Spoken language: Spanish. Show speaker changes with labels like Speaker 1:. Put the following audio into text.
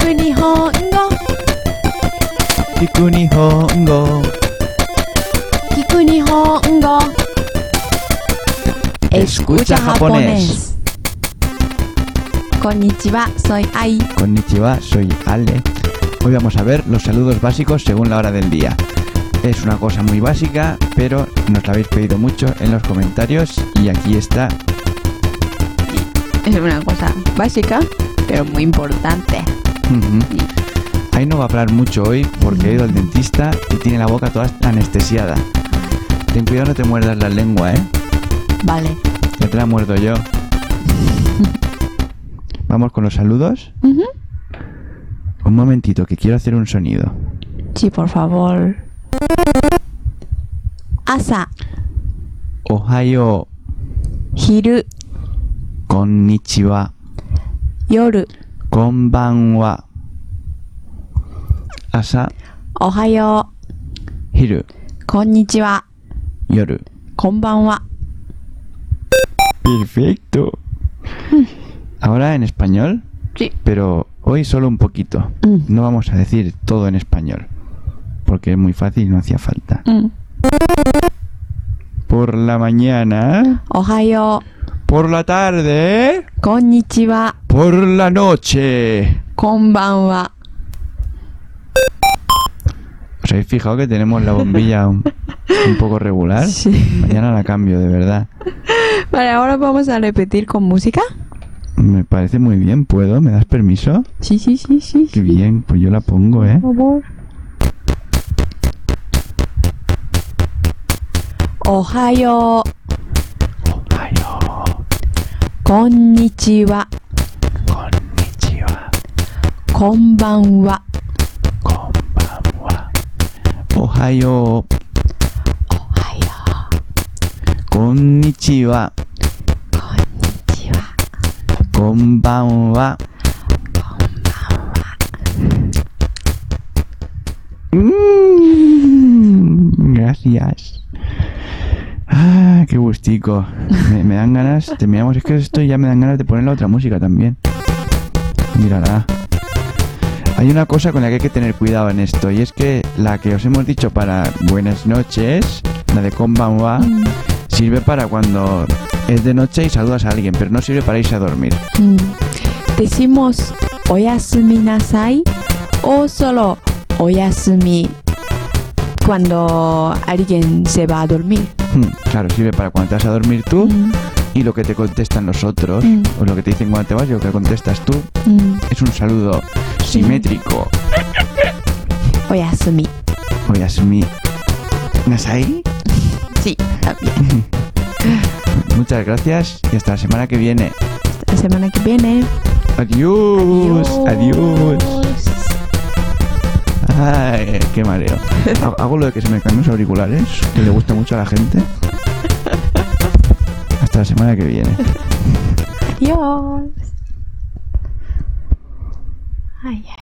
Speaker 1: く日本語
Speaker 2: 聞く日本語
Speaker 1: 聞く日本語
Speaker 2: Escucha japonés.
Speaker 1: こんにちは、soy Ai.
Speaker 2: Konnichiwa, soy Ale. Hoy vamos a ver los saludos básicos según la hora del día. Es una cosa muy básica, pero nos la habéis pedido mucho en los comentarios y aquí está.
Speaker 1: Es una cosa básica, pero muy importante.
Speaker 2: Ujú. Ahí no va a hablar mucho hoy porque he ido al dentista y tiene la boca toda anestesiada. Ten cuidado no te muerdas la lengua, ¿eh?
Speaker 1: Vale.
Speaker 2: Ya te la muerdo yo. Vamos con los saludos.
Speaker 1: Ujú.
Speaker 2: Un momentito, que quiero hacer un sonido.
Speaker 1: Sí, por favor. Asa,
Speaker 2: Ohio,
Speaker 1: 昼、
Speaker 2: konnichiwa,
Speaker 1: 夜、
Speaker 2: konbanwa. Asa,
Speaker 1: おはよ
Speaker 2: hiru,
Speaker 1: う、こんにちは、
Speaker 2: yoru.
Speaker 1: こんばんは。
Speaker 2: Perfecto. Ahora en español,
Speaker 1: Sí.
Speaker 2: pero hoy solo un poquito.
Speaker 1: Mm.
Speaker 2: No vamos a decir todo en español, porque es muy fácil y no hacía falta.
Speaker 1: うん。Mm.
Speaker 2: Por la mañana,
Speaker 1: おはよ
Speaker 2: por la tarde,
Speaker 1: う、こんにちは、
Speaker 2: por la noche.
Speaker 1: こんばんは。
Speaker 2: ¿Os habéis fijado que tenemos la bombilla un, un poco regular?
Speaker 1: Sí.
Speaker 2: Mañana la cambio, de verdad.
Speaker 1: Vale, ahora vamos a repetir con música.
Speaker 2: Me parece muy bien, ¿puedo? ¿Me das permiso?
Speaker 1: Sí, sí, sí, sí. sí.
Speaker 2: Qué bien, pues yo la pongo, ¿eh?
Speaker 1: Por favor. Ohayo,
Speaker 2: Ohio,
Speaker 1: konnichiwa,
Speaker 2: konnichiwa,
Speaker 1: konbanwa,
Speaker 2: konbanwa. Ohio,
Speaker 1: ohayo,
Speaker 2: konnichiwa,
Speaker 1: konnichiwa,
Speaker 2: konbanwa. Mm, gracias. Ah, qué gustico. Me, me dan ganas, terminamos. Es que esto ya me dan ganas de poner la otra música también. Mírala. Hay una cosa con la que hay que tener cuidado en esto, y es que la que os hemos dicho para buenas noches, la de Konbanwa, sirve para cuando es de noche y saludas a alguien, pero no sirve para irse a dormir.
Speaker 1: Mm. Decimos oyasumi nasai o solo oyasumi cuando alguien se va a dormir.
Speaker 2: Hmm, Claro, sirve para cuando te vas a dormir tú
Speaker 1: Mm,
Speaker 2: y lo que te contestan los otros,
Speaker 1: Mm.
Speaker 2: o lo que te dicen cuando te vas y lo que contestas tú,
Speaker 1: mm.
Speaker 2: es un saludo simétrico. Oh,
Speaker 1: Oyasumi.
Speaker 2: Oyasumi. Nasai,
Speaker 1: Sí, también.
Speaker 2: muchas gracias y hasta la semana que viene.
Speaker 1: La semana que viene.
Speaker 2: Adiós, adiós.
Speaker 1: Adiós.
Speaker 2: Ay, qué mareo. Ha- Hago lo de que se me caen los auriculares, que le gusta mucho a la gente. Hasta la semana que viene.
Speaker 1: Adiós. Ay, ay.